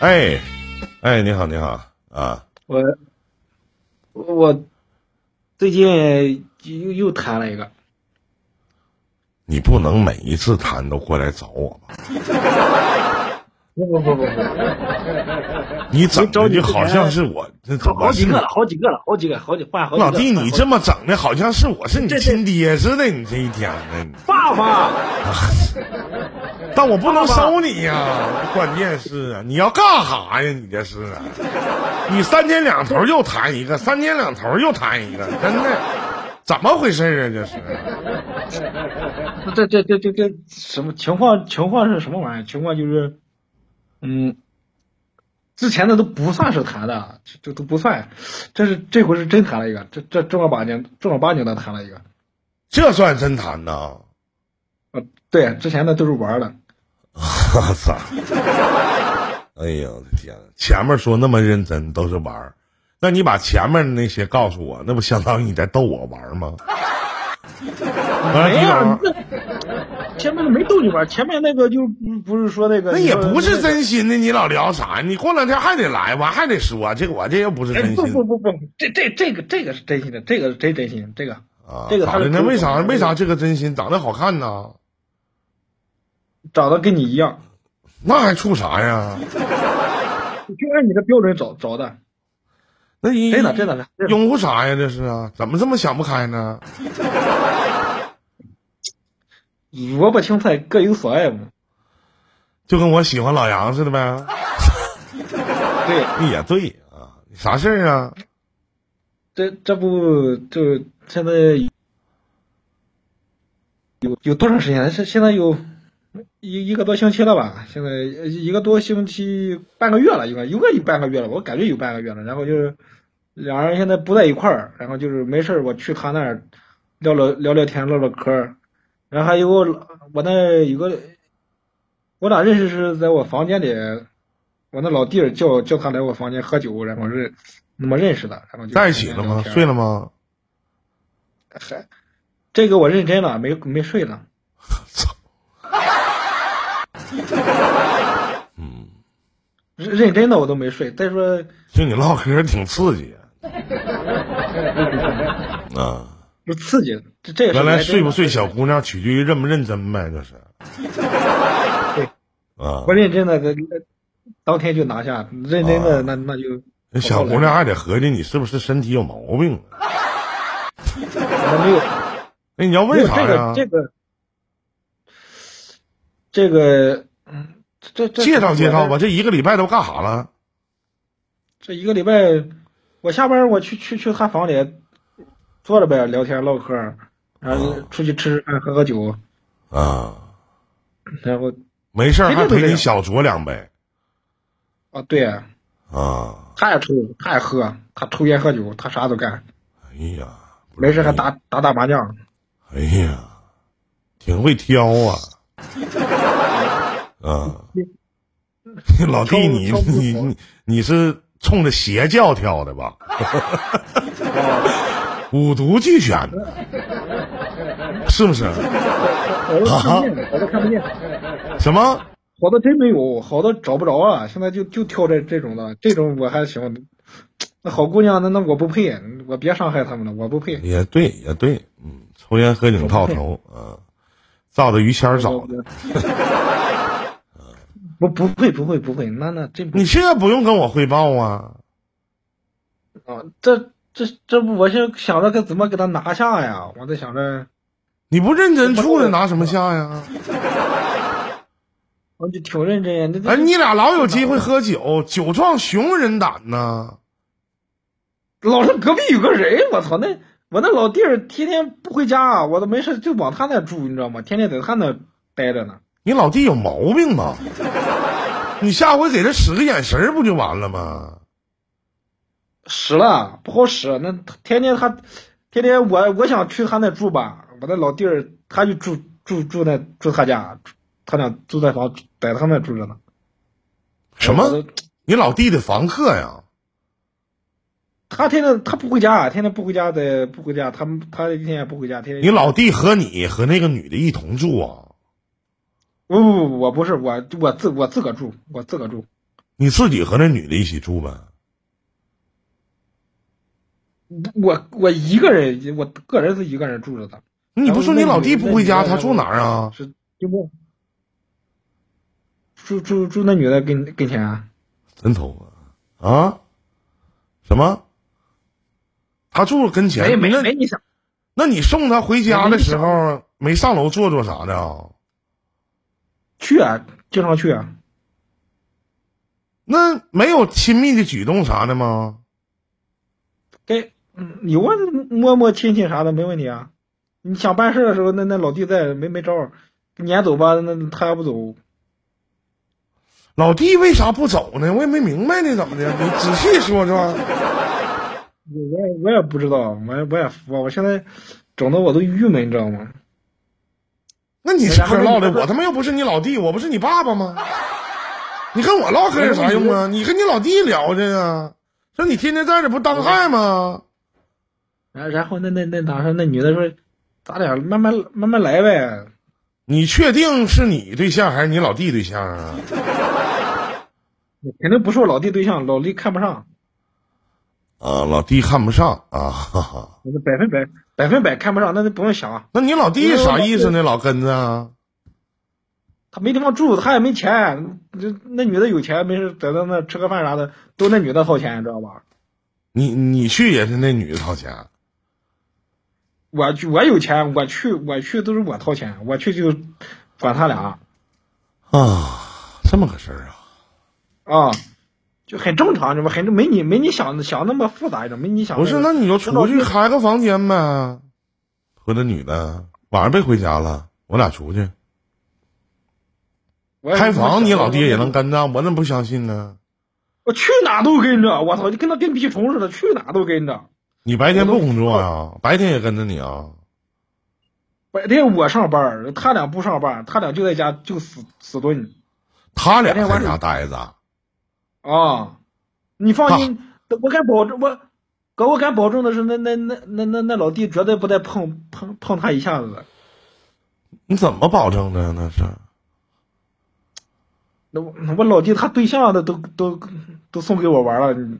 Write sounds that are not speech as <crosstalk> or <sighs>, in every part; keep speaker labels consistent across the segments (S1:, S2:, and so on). S1: 哎，哎，你好，你好啊，
S2: 我我最近又又谈了一个，
S1: 你不能每一次谈都过来找我吧？
S2: 不不不不不，
S1: 你整
S2: 找
S1: 的
S2: 你
S1: 就好像是我，这
S2: 好好
S1: 我
S2: 几
S1: 是
S2: 个了，好几个了，好几个，好几换好几个。
S1: 老弟，
S2: 换
S1: 你
S2: 好
S1: 这么整的，好像是我是你
S2: 这这
S1: 亲爹似的，你这一天的，
S2: 爸爸，
S1: 但我不能
S2: 爸爸
S1: 收你呀、关键是啊，你要干啥呀？你这是啊，你三天两头又谈一个，三天两头又谈一个，真的，怎么回事啊？这是
S2: 这这这这这什么情况？情况是什么玩意儿？情况就是，嗯，之前的都不算是谈的，这这都不算，这是这回是真谈了一个，这这正儿八经正儿八经的谈了一个。
S1: 这算真谈呐？
S2: 啊，对，之前的都是玩儿的。
S1: 我操！哎呀，我的天呐，前面说那么认真都是玩儿，那你把前面那些告诉我，那不相当于你在逗我玩儿
S2: <laughs>
S1: 吗？完了，
S2: 没
S1: 你
S2: 有
S1: 老，
S2: 那 <laughs> 前面的没逗你玩儿，前面那个就不不是说那个，
S1: 那
S2: 你
S1: 也
S2: 说
S1: 不是
S2: 那个
S1: 真心的，你老聊啥？你过两天还得来，完还得说，这个我这又不是
S2: 哎，
S1: 真
S2: 不
S1: 心
S2: 不不不，这这这个这个是真心的，这个是真真心，这个
S1: 啊。
S2: 这个
S1: 咋
S2: 他
S1: 的？
S2: 是
S1: 那
S2: 主
S1: 为啥
S2: 动的
S1: 为啥这个真心长得好看呢？
S2: 找的跟你一样，
S1: 那还处啥呀？
S2: 就按你的标准找找的，
S1: 那你
S2: 真的真的真的。
S1: 拥护啥呀？这是啊？怎么这么想不开呢？
S2: 萝卜青菜各有所爱嘛，
S1: 就跟我喜欢老杨似的呗。哎
S2: 对，
S1: 也对啊，啥事儿啊？
S2: 这这不就现在有有多长时间？是现在有一一个多星期了吧？现在呃一个多星期，半个月了，应该应该有半个月了，我感觉有半个月了。然后就是两人现在不在一块儿，然后就是没事儿我去他那儿聊聊聊聊天，唠唠嗑儿。然后还有个我那有个我俩认识是在我房间里，我那老弟儿叫叫他来我房间喝酒，然后认那么认识的，然后就
S1: 在一起了吗？睡了吗？
S2: 还这个我认真了，没没睡了。
S1: 操！嗯，
S2: 认认真的我都没睡。再说
S1: 听你唠嗑挺刺激
S2: <laughs>
S1: 啊！
S2: 就刺激，这这也是
S1: 原来睡不
S2: 认真
S1: 睡
S2: 的
S1: 小姑娘取决于认不认真呗，
S2: <laughs>
S1: 就是。啊
S2: 不，认真的，这当天就拿下；认真的，
S1: 啊
S2: 那那就
S1: 那小姑娘还得合计你是不是身体有毛病啊？
S2: 那没有。
S1: 那你要
S2: 没
S1: 问
S2: 有
S1: 啥
S2: 这
S1: 呀
S2: 个？这个这个，嗯，这这
S1: 介绍介绍吧，。这一个礼拜都干啥了？
S2: 这一个礼拜，我下班我去去去他房里坐着呗，聊天唠嗑儿，然后
S1: 啊
S2: 出去吃吃饭，喝喝酒，
S1: 啊，
S2: 然后
S1: 没事儿还
S2: 天天都
S1: 陪
S2: 这
S1: 你
S2: 样
S1: 小酌两杯
S2: 啊，对，
S1: 啊！
S2: 他也抽，他也喝，他抽烟喝酒，他啥都干，
S1: 哎呀，不
S2: 没事还
S1: 容易
S2: 打打打麻将。
S1: 哎呀，挺会挑啊！啊， <laughs> 老弟，你
S2: 挑挑不
S1: 你
S2: 好
S1: 你你是冲着邪教挑的吧？ <laughs> 五毒俱全的，是不是？
S2: 好多看不见的，好多看不见，
S1: 什么？
S2: 好多真没有，好多找不着啊！现在就就挑这这种的，这种我还行。那好姑娘，那那我不配，我别伤害他们了，我不配。 <laughs>
S1: 也对，也对，嗯，抽烟喝酒套头啊，照着于谦儿找的。
S2: 我不会，不会，不会，那那真不
S1: 你这不用跟我汇报啊！
S2: 啊！这这这不，我是想着该怎么给他拿下呀？我在想着，
S1: 你不认真处着，拿什么下呀？
S2: 我就挺认真呀。那
S1: 哎，你俩老有机会喝酒，酒壮熊人胆呐！
S2: 老是隔壁有个人，我操！那我那老弟儿天天不回家，我都没事就往他那住，你知道吗？天天在他那待着呢。
S1: 你老弟有毛病吧？你下回给他使个眼神儿不就完了吗？
S2: 使了，不好使。那天天他，天天我我想去他那住吧，我那老弟儿他就住住住那住他家，他俩租在房在他那住着呢。
S1: 什
S2: 我
S1: 么
S2: 都？
S1: 你老弟的房客呀？
S2: 他天天他不回家，天天不回家在不回家，他们他一天也不回家，天
S1: 你
S2: 天。
S1: 老弟和你和那个女的一同住啊？
S2: 不不不，我不是我我自我自个儿住，我自个儿住。
S1: 你自己和那女的一起住呗？
S2: 我我一个人，我个人是一个人住着的。
S1: 你不说你老弟不回家，
S2: 啊然后那
S1: 他住哪儿啊？
S2: 是周末住住住那女的跟跟前啊？
S1: 真头发啊？什么？他住跟前？
S2: 哎没没
S1: 那
S2: 没你想，
S1: 那你送他回家的时候没上楼坐坐啥的啊？
S2: 去啊，经常去啊。
S1: 那没有亲密的举动啥的吗？
S2: 给嗯有啊，摸摸亲亲啥的没问题啊。你想办事的时候，那那老弟在，没没招儿。撵走吧，那那他要不走，
S1: 老弟为啥不走呢？我也没明白呢，怎么的？你仔细说说。
S2: 我我也我也不知道，我也我也服啊！我现在整的我都郁闷，你知道吗？
S1: 那你这嗑唠的，
S2: 然后那个
S1: 我他妈又不是你老弟，我不是你爸爸吗？你跟我唠嗑有啥用啊？你跟你老弟聊去啊？说你天天在这不当害吗？
S2: 然然后那那那哪说那女的说，咱俩慢慢慢慢来呗。
S1: 你确定是你对象还是你老弟对象啊？
S2: 肯定不是我老弟对象，老弟看不上，
S1: 啊，老弟看不上啊，哈哈。
S2: 我是百分百百分百看不上，那就不用想。啊
S1: 那你老弟啥意思呢？老根子啊？
S2: 他没地方住，他也没钱，这那女的有钱，没事在那那吃个饭啥的，都那女的掏钱，你知道吧？
S1: 你你去也是那女的掏钱？
S2: 我去，我有钱，我去我去都是我掏钱，我去就管他俩
S1: 啊，这么个事儿啊？
S2: 啊，就很正常，你知道吧？很没你没你想想那么复杂，你知道吗没你想
S1: 不是，
S2: 那
S1: 那你就出去开个房间呗。和那女的晚上别回家了，我俩出去。
S2: 我也
S1: 开
S2: 我
S1: 房哎你老爹也
S2: 我
S1: 能跟着，我怎么不相信呢？
S2: 我去哪都跟着，我操，就跟他跟屁虫似的，去哪都跟着。
S1: 你白天不工作呀？白天也跟着你啊？
S2: 白天我上班儿，他俩不上班儿，他俩就在家就死死蹲
S1: 他俩在家待着，
S2: 啊！你放心，我敢保证，我哥我敢保证的是，那那那那那那老弟绝对不带碰碰碰他一下子的。
S1: 你怎么保证的呀？那是
S2: 那我我老弟他对象的都都都送给我玩了，你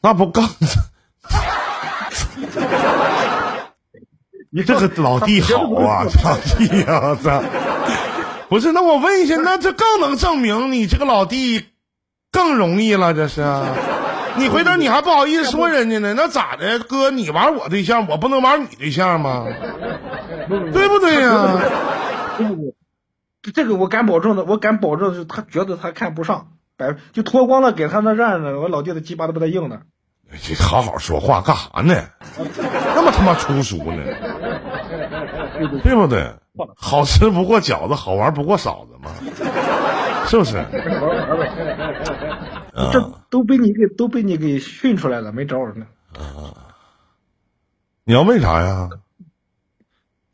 S1: 那不更？
S2: 你
S1: 这个老弟好啊，老弟啊，操！不是，那我问一下，那这更能证明你这个老弟更容易了，这是。你回头你还不好意思说人家呢，那咋的？哥，你玩我对象，我不能玩你对象吗？对不对呀、
S2: 这这个我敢保证的，我敢保证是他绝对他看不上，百分就脱光了给他那让着，我老弟的鸡巴都不带硬的。
S1: 这好好说话干啥呢？那么他妈粗俗呢？对不对？好吃不过饺子，好玩不过嫂子嘛，是不是？
S2: 这
S1: 啊
S2: 都被你给都被你给训出来了，没招儿呢。
S1: 你要问啥呀？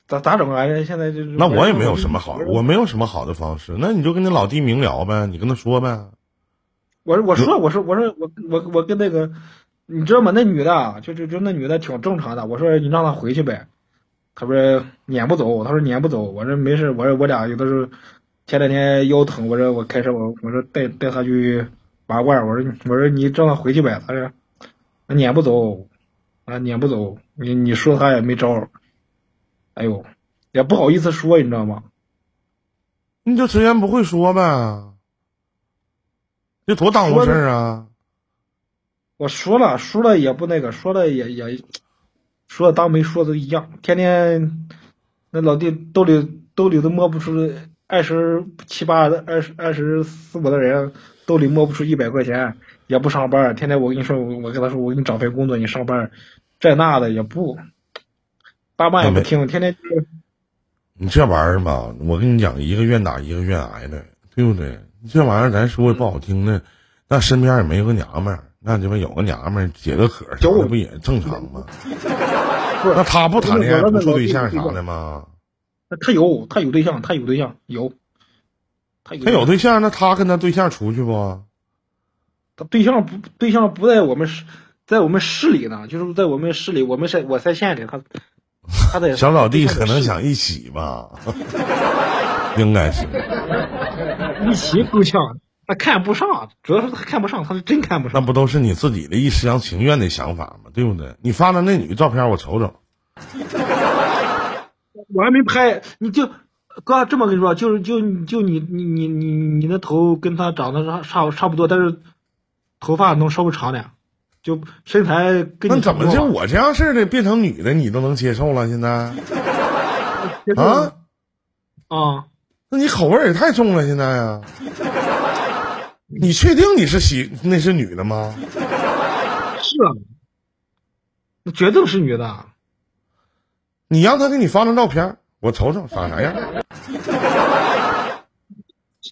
S2: 咋咋整啊？现在就是
S1: 那我也没有什么好，我没有什么好的方式。那你就跟你老弟明聊呗，你跟他说呗。
S2: 我我说我说我说我我我跟那个，你知道吗？那女的啊就就就那女的挺正常的。我说你让她回去呗，她说撵不走，她说撵不走。我说没事，我说我俩有的时候前两天腰疼，我说我开车我我说带带她去拔罐，我说我说你让她回去呗，她说那撵不走，啊撵不走，你你说她也没招儿，哎呦也不好意思说，你知道吗？
S1: 你就直言不讳说呗，这多耽误事儿啊！
S2: 我说了，说了也不那个，说了也也，说了当没说都一样。天天那老弟兜里兜里都摸不出二十七八的、二十二十四五的人，兜里摸不出一百块钱，也不上班。天天我跟你说，我我跟他说，我给你找份工作，你上班，这那的也不，爸妈也不听，天天就是
S1: 你这玩意儿吧，我跟你讲，一个愿打一个愿挨的，对不对？这玩意儿咱说也不好听的，那身边也没有个娘们儿，那鸡巴有个娘们儿解个渴啥
S2: 有
S1: 的，不也正常吗？那他不谈恋爱、不处对象啥的吗？
S2: 他有他有对象，他有对象有，他有
S1: 他有对象，那他跟他对象出去不？
S2: 他对象不对象不在我们市，在我们市里呢，就是在我们市里，我们在我在县里，他
S1: <laughs>
S2: 他在
S1: 小老弟
S2: 他在
S1: 可能 <laughs>
S2: 市
S1: 想一起吧，应该是。
S2: 一起够呛。他看不上，主要是他看不上，他是真看不
S1: 那
S2: 上。
S1: 不都是你自己的一时厢情愿的想法吗？对不对？你发的那女照片我瞅瞅，
S2: 我还没拍，你就哥这么跟你说，就是就就你你你你你的头跟他长得差差差不多，但是头发能稍微长点，就身材跟你
S1: 那怎么
S2: 差
S1: 就
S2: 不多
S1: 我这样式儿的变成女的你都能接受了？现在啊
S2: 啊？啊？
S1: 那你口味儿也太重了，现在啊！你确定你是喜那是女的吗？
S2: 是啊，那绝对是女的。啊
S1: 你让她给你发张照片儿，我瞅瞅长啥样。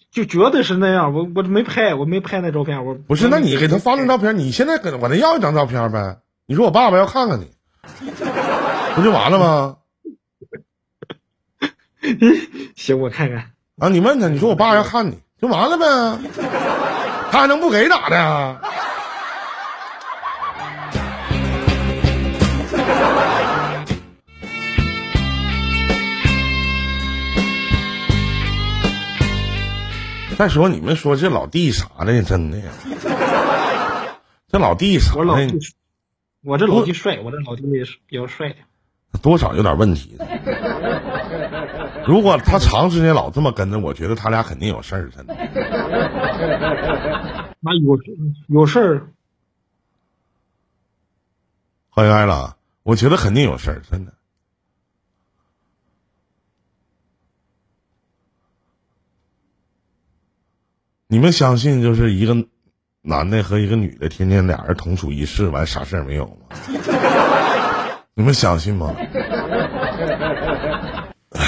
S2: 就绝对是那样，我我没拍，我没拍那照片，我
S1: 不是，那你给她发张照片儿，你现在给我再要一张照片儿呗？你说我爸爸要看看你，不就完了吗？
S2: 行，我看看，
S1: 啊，你问他，你说我爸要看你就完了呗，他还能不给咋的啊呀？再说你们说这老弟啥的，真的呀，这老弟啥
S2: 我老
S1: 的
S2: 弟，我这老弟帅，我这老弟是比较帅的。
S1: 多少有点问题。如果他长时间老这么跟着，我觉得他俩肯定有事儿，真的。
S2: 那有有事儿，
S1: 欢迎艾朗，我觉得肯定有事儿，真的。你们相信就是一个男的和一个女的天天俩人同处一室，完啥事儿没有吗？ <laughs> 你们相信吗？ <sighs> 哎呀，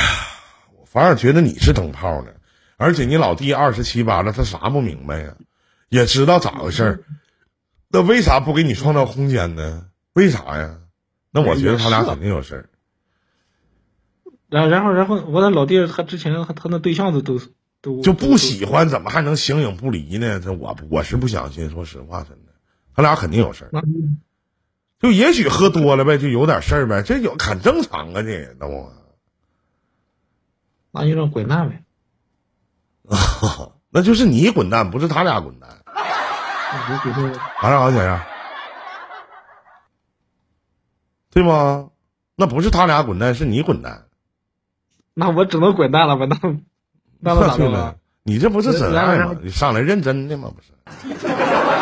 S1: 我反而觉得你是灯泡呢，而且你老弟二十七八了，他啥不明白呀、也知道咋回事儿，那为啥不给你创造空间呢？为啥呀？那我觉得他俩肯定有事儿。
S2: 然然后然后我那老弟他之前他他那对象都都都
S1: 就不
S2: 洗，
S1: 喜欢，怎么还能形影不离呢？这我不我是不相信，说实话，真的，他俩肯定有事儿。
S2: 那
S1: 就也许喝多了呗，就有点事儿呗，这有很正常啊，这 <laughs> 也懂吗？
S2: 那就让滚蛋呗。
S1: 那就是你滚蛋，不是他俩滚蛋。
S2: 我觉得
S1: 晚上好，小样，对吗？那不是他俩滚蛋，是你滚蛋。
S2: 那我只能滚蛋了吧？那
S1: <laughs>
S2: 那能咋
S1: 对
S2: 弄
S1: 了
S2: 啊？，
S1: 你这不是真爱
S2: 然后
S1: 吗？你上来认真的吗？不是。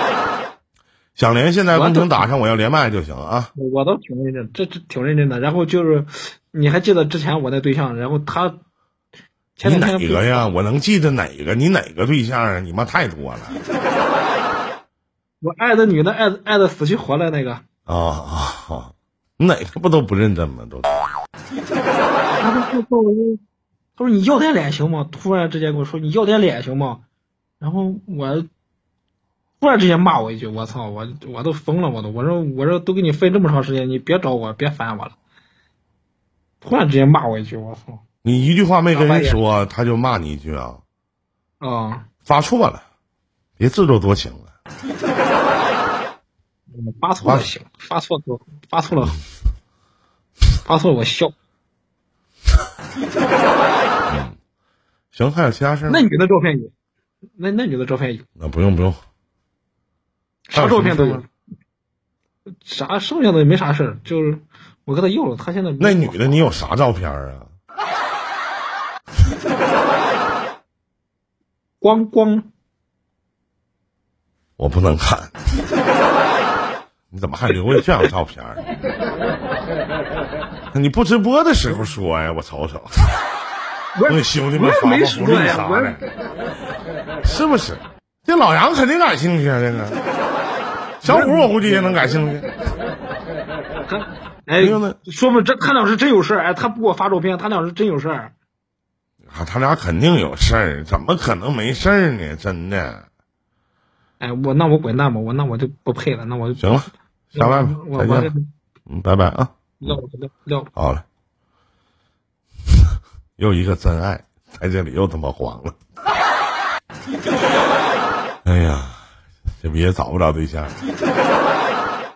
S1: <laughs> 想连现在
S2: 我
S1: 公屏
S2: 都
S1: 打上，我要连麦就行啊。
S2: 我倒挺认真，这这挺认真的。然后就是，你还记得之前我那对象，然后他前
S1: 你
S2: 两
S1: 哪
S2: 天
S1: 个呀？我能记得哪个？你哪个对象啊？你妈太多
S2: <laughs>
S1: 了
S2: 我爱的女的爱爱的死去活来那个，
S1: 啊啊！啊你哪个不都不认真吗？都
S2: 他们就说我说，他说你要点脸行吗？突然之间跟我说你要点脸行吗？然后我突然之间骂我一句，我操，我我都疯了，我都我说我说都跟你分这么长时间，你别找我，别烦我了。突然之间骂我一句，我操
S1: 你一句话没跟
S2: 大
S1: 人
S2: 半夜
S1: 说，他就骂你一句啊，
S2: 啊！
S1: 发错了，别自作多情了。
S2: 发错了行，发错了发错了，发错了我笑。
S1: 行，还有其他事儿吗
S2: 那？女的照片有，那那女的照片有，
S1: 那不用不用，还
S2: 啥
S1: 有
S2: 照片都
S1: 什么
S2: 有
S1: 事儿吗，
S2: 啥剩下的也没啥事儿，就是我跟她要了，她现在
S1: 那女的你有啥照片啊？
S2: 光光
S1: 我不能看。 <laughs> 你怎么还留着这样的照片呢？ <laughs> 你不直播的时候说呀，我瞅瞅。
S2: 我
S1: 为兄弟们
S2: 我也
S1: 发
S2: 没
S1: 发
S2: 说
S1: 福利
S2: 呀
S1: 啥
S2: 我
S1: 的，是不是？这老杨肯定感兴趣啊，这个小虎我估计也能感兴趣。
S2: 她哎
S1: 没有呢，
S2: 说明真他俩是真有事儿，哎，他不给我发照片，他俩是真有事儿。
S1: 啊，他俩肯定有事儿，怎么可能没事儿呢？真的，
S2: 哎，我那我滚蛋吧，我那我就不配了，那我就
S1: 行了，下班吧，
S2: 我
S1: 再
S2: 我
S1: 见了，嗯，拜拜啊，
S2: 撂撂撂
S1: 好了， <laughs> 又一个真爱在这里又他妈黄了，哎呀，这不也找不着对象了。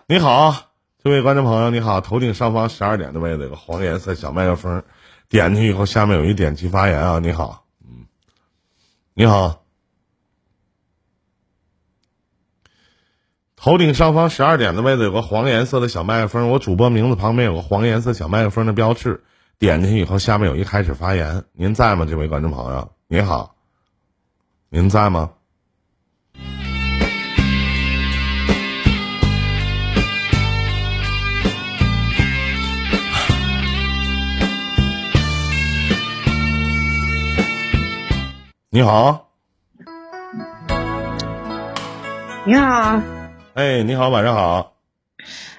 S1: 你好，这位观众朋友，你好，头顶上方十二点的位置有个黄颜色小麦克风，点进去以后，下面有一点击发言啊，你好，嗯，你好。头顶上方十二点的位置有个黄颜色的小麦克风，我主播名字旁边有个黄颜色小麦克风的标志，点进去以后，下面有一开始发言。您在吗，这位观众朋友？您好，您在吗？ <sighs> 你好，
S3: 你好，
S1: 哎，你好，晚上好。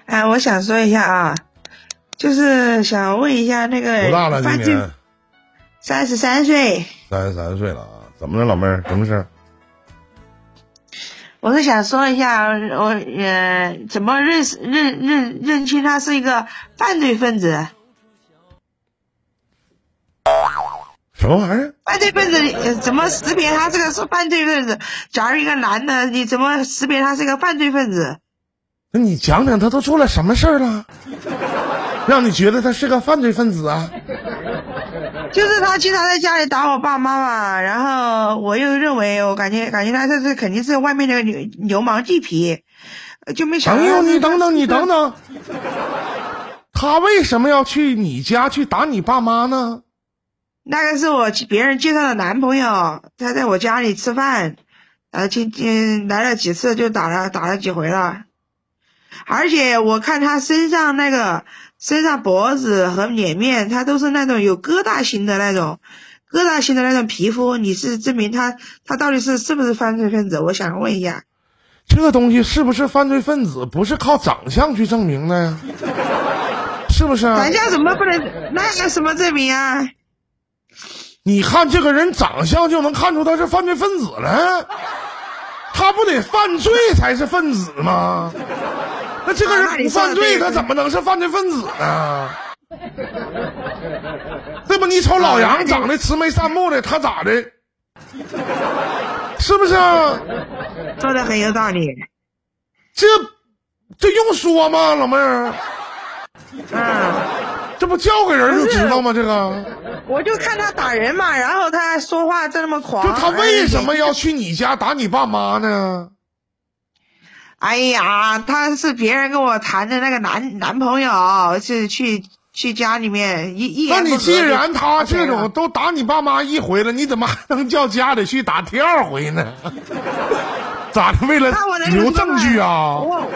S3: 哎，我想说一下啊，就是想问一下那个
S1: 多大了？
S3: 哎发
S1: 今
S3: 际
S1: 年
S3: 三十三岁，
S1: 三十三岁了啊？怎么了，老妹儿？什么事儿？
S3: 我是想说一下，我呃怎么认识认认认清他是一个犯罪分子？
S1: 什么玩意儿？
S3: 犯罪分子呃怎么识别他这个是犯罪分子？假如一个男的，你怎么识别他是一个犯罪分子？
S1: 那你讲讲他都做了什么事儿了，让你觉得他是个犯罪分子啊？
S3: 就是他经常在家里打我爸妈嘛，然后我又认为我感觉感觉他这是肯定是外面的流流氓地痞，呃就没想
S1: 等
S3: 到
S1: 一会儿，
S3: 他
S1: 你
S3: 是
S1: 等等，你等等，他为什么要去你家去打你爸妈呢？
S3: 那个是我别人介绍的男朋友，他在我家里吃饭，呃，今天来了几次就打了打了几回了，而且我看他身上那个身上脖子和脸面，他都是那种有疙瘩型的那种，疙瘩型的那种皮肤，你是证明他他到底是是不是犯罪分子？我想问一下，
S1: 这东西是不是犯罪分子？不是靠长相去证明的呀，是不是啊？
S3: 咱家怎么不能那有什么证明啊？
S1: 你看这个人长相就能看出他是犯罪分子了，他不得犯罪才是分子吗？那这个人不犯罪，他怎么能是犯罪分子呢？对不？你瞅老杨长得慈眉善目的，他咋的？是不是啊？
S3: 说的很有道理，
S1: 这这用说吗，老妹儿？
S3: 嗯。
S1: 这不叫个人就知道吗？这个，
S3: 我就看他打人嘛，然后他说话这么狂，
S1: 就他为什么要去你家打你爸妈呢？
S3: 哎呀，他是别人跟我谈的那个男男朋友，是去去家里面一一
S1: 那
S3: 言不
S1: 你
S3: 合
S1: 既
S3: 就
S1: 然他
S3: 就打
S1: 这
S3: 人
S1: 种
S3: 了
S1: 都打你爸妈一回了，你怎么还能叫家里去打第二回呢？ <laughs> 咋的？为了
S3: 那我能
S1: 留
S3: 怎么
S1: 证
S3: 办
S1: 据啊？
S3: 我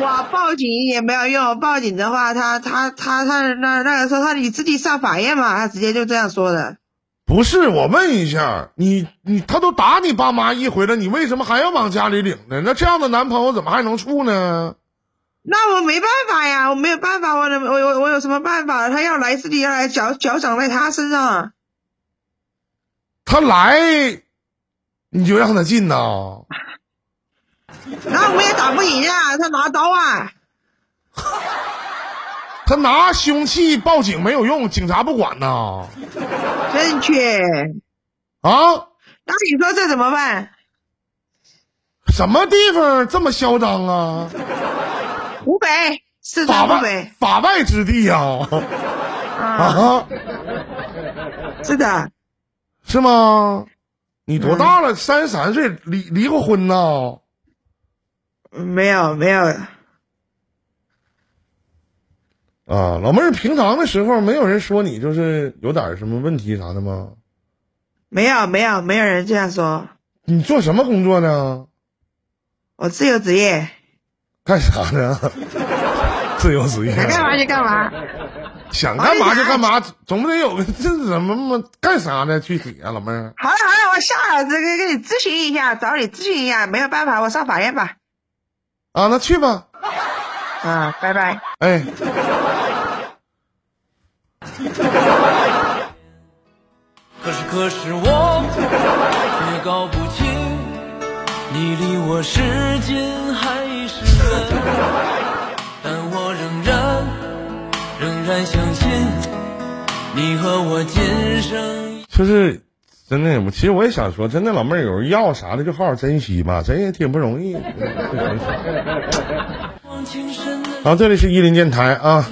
S3: 我报警也没有用，报警的话，他他他他那那个说他你自己上法院嘛，他直接就这样说的。
S1: 不是，我问一下，你你他都打你爸妈一回了，你为什么还要往家里领呢？那这样的男朋友怎么还能处呢？
S3: 那我没办法呀，我没有办法，我能我我我有什么办法？他要来自己要来脚脚掌在他身上啊。
S1: 他来，你就让他进呐？
S3: 那我们也打不赢啊，他拿刀啊。
S1: 他拿凶器报警没有用，警察不管呐？
S3: 正确。
S1: 啊？
S3: 那你说这怎么办？
S1: 什么地方这么嚣张啊？
S3: 湖北，四
S1: 法
S3: 川湖
S1: 外
S3: 北，
S1: 法外之地呀、
S3: 啊，
S1: 啊，
S3: 是的，
S1: 是吗？你多大了？三十三岁，离离过婚呐？
S3: 没有没有，
S1: 啊，老妹儿，平常的时候没有人说你就是有点什么问题啥的吗？
S3: 没有没有没有人这样说。
S1: 你做什么工作呢？
S3: 我自由职业，
S1: 干啥呢？ <laughs> 自由职业，
S3: 想干嘛就干嘛。
S1: 想干嘛就干嘛，总不得有个这怎么么干啥呢？具体啊，老妹儿，
S3: 好了好了，我下了，这个给你咨询一下，找你咨询一下，没有办法，我上法院吧。
S1: 啊，那去吧，
S3: 啊，拜拜。
S1: 哎。
S4: 可是可是我却搞不清，你离我是近还是远，但我仍然仍然相信，你和我今生。
S1: 就是真的，我其实我也想说，真的老妹儿有人要啥的就好好珍惜吧，咱也挺不容易。 <laughs>
S4: 忘情深的
S1: 好，这里是伊林电台啊，